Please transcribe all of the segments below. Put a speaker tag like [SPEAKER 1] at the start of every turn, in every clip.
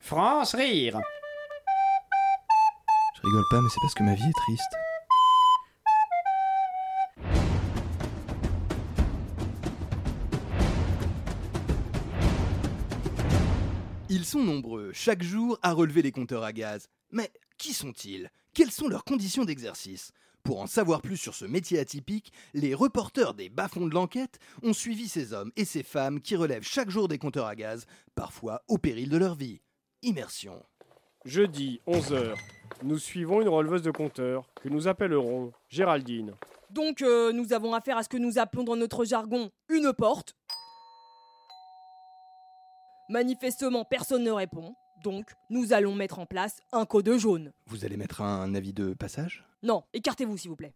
[SPEAKER 1] France rire.
[SPEAKER 2] Je rigole pas, mais c'est parce que ma vie est triste.
[SPEAKER 3] Ils sont nombreux, chaque jour, à relever les compteurs à gaz. Mais qui sont-ils Quelles sont leurs conditions d'exercice Pour en savoir plus sur ce métier atypique, les reporters des bas-fonds de l'enquête ont suivi ces hommes et ces femmes qui relèvent chaque jour des compteurs à gaz, parfois au péril de leur vie. Immersion.
[SPEAKER 4] Jeudi, 11h, nous suivons une releveuse de compteur que nous appellerons Géraldine.
[SPEAKER 5] Donc euh, nous avons affaire à ce que nous appelons dans notre jargon une porte. Manifestement, personne ne répond. Donc nous allons mettre en place un code jaune.
[SPEAKER 3] Vous allez mettre un avis de passage
[SPEAKER 5] Non, écartez-vous s'il vous plaît.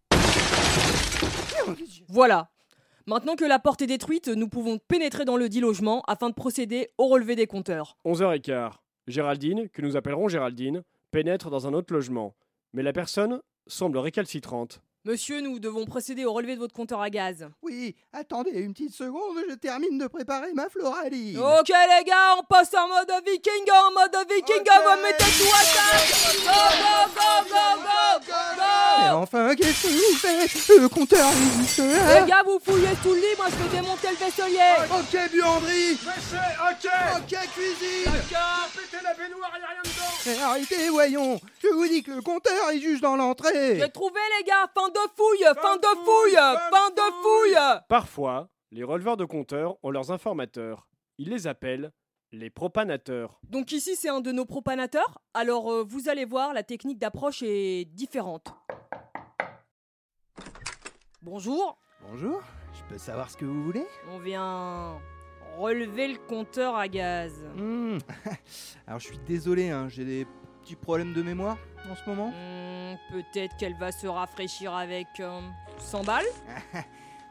[SPEAKER 5] Voilà. Maintenant que la porte est détruite, nous pouvons pénétrer dans le dit logement afin de procéder au relevé des compteurs.
[SPEAKER 4] 11h15, Géraldine, que nous appellerons Géraldine, pénètre dans un autre logement. Mais la personne semble récalcitrante.
[SPEAKER 5] Monsieur, nous devons procéder au relevé de votre compteur à gaz.
[SPEAKER 3] Oui, attendez une petite seconde, je termine de préparer ma floralie.
[SPEAKER 5] Ok les gars, on passe en mode viking, en mode viking,
[SPEAKER 3] Ok.
[SPEAKER 5] on mettez tout à table Go, go, go, go, go, go,
[SPEAKER 3] Mais enfin, qu'est-ce que vous faites Le compteur existe
[SPEAKER 5] Les gars, vous fouillez tout le lit, moi je vais démonter le vaisselier
[SPEAKER 3] Ok, buanderie
[SPEAKER 4] ok
[SPEAKER 3] Ok, cuisine
[SPEAKER 4] Pétez la baignoire, y a rien dedans
[SPEAKER 3] Mais arrêtez, voyons Je vous dis que le compteur est juste dans l'entrée
[SPEAKER 5] J'ai trouvé les gars, fin de fouille, fin de fouille, fin de fouille
[SPEAKER 4] Parfois, les releveurs de compteurs ont leurs informateurs. Ils les appellent les propanateurs.
[SPEAKER 5] Donc ici c'est un de nos propanateurs, alors euh, vous allez voir, la technique d'approche est différente. Bonjour,
[SPEAKER 3] Bonjour, je peux savoir ce que vous voulez
[SPEAKER 5] on vient relever le compteur à gaz.
[SPEAKER 3] Hmm, Alors je suis désolé, hein, j'ai des petits problèmes de mémoire en ce moment.
[SPEAKER 5] Hmm, Peut-être qu'elle va se rafraîchir avec euh, 100 balles.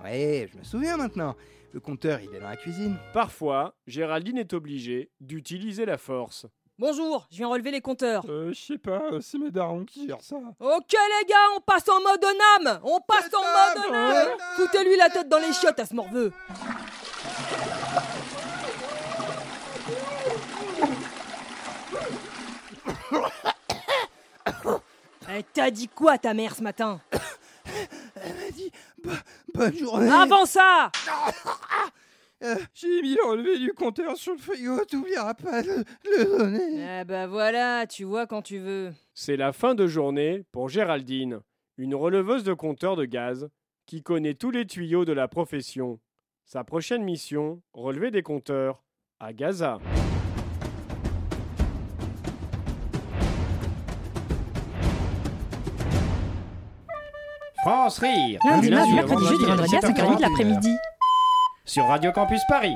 [SPEAKER 3] Ouais, je me souviens maintenant. Le compteur, il est dans la cuisine.
[SPEAKER 4] Parfois, Géraldine est obligée d'utiliser la force.
[SPEAKER 5] Bonjour, je viens relever les compteurs.
[SPEAKER 6] Euh, je sais pas, euh, c'est mes darons qui gèrent ça.
[SPEAKER 5] Ok les gars, on passe en mode NAM On passe en mode
[SPEAKER 6] Madame,
[SPEAKER 5] NAM Foutez-lui la tête dans les chiottes à ce morveux Elle t'a Eh, dit quoi ta mère ce matin
[SPEAKER 3] Bonne journée
[SPEAKER 4] Ah
[SPEAKER 5] Avant ça
[SPEAKER 3] Euh,
[SPEAKER 6] J'ai mis le relevé du compteur sur le
[SPEAKER 3] Frigo, t'oublieras pas de le donner
[SPEAKER 5] Eh bah voilà, tu vois quand tu veux.
[SPEAKER 4] C'est la fin de journée pour Géraldine, une releveuse de compteurs de gaz qui connaît tous les tuyaux de la profession. Sa prochaine mission, relever des compteurs à Gaza.
[SPEAKER 1] France rire.
[SPEAKER 7] Lundi,
[SPEAKER 4] Du
[SPEAKER 1] Du
[SPEAKER 7] mardi,
[SPEAKER 4] lundi au
[SPEAKER 7] mercredi, jeudi,
[SPEAKER 4] vendredi, à
[SPEAKER 7] vendredi à
[SPEAKER 1] 17h40,
[SPEAKER 7] 5h30 de l'après-midi.
[SPEAKER 1] Sur Radio Campus Paris.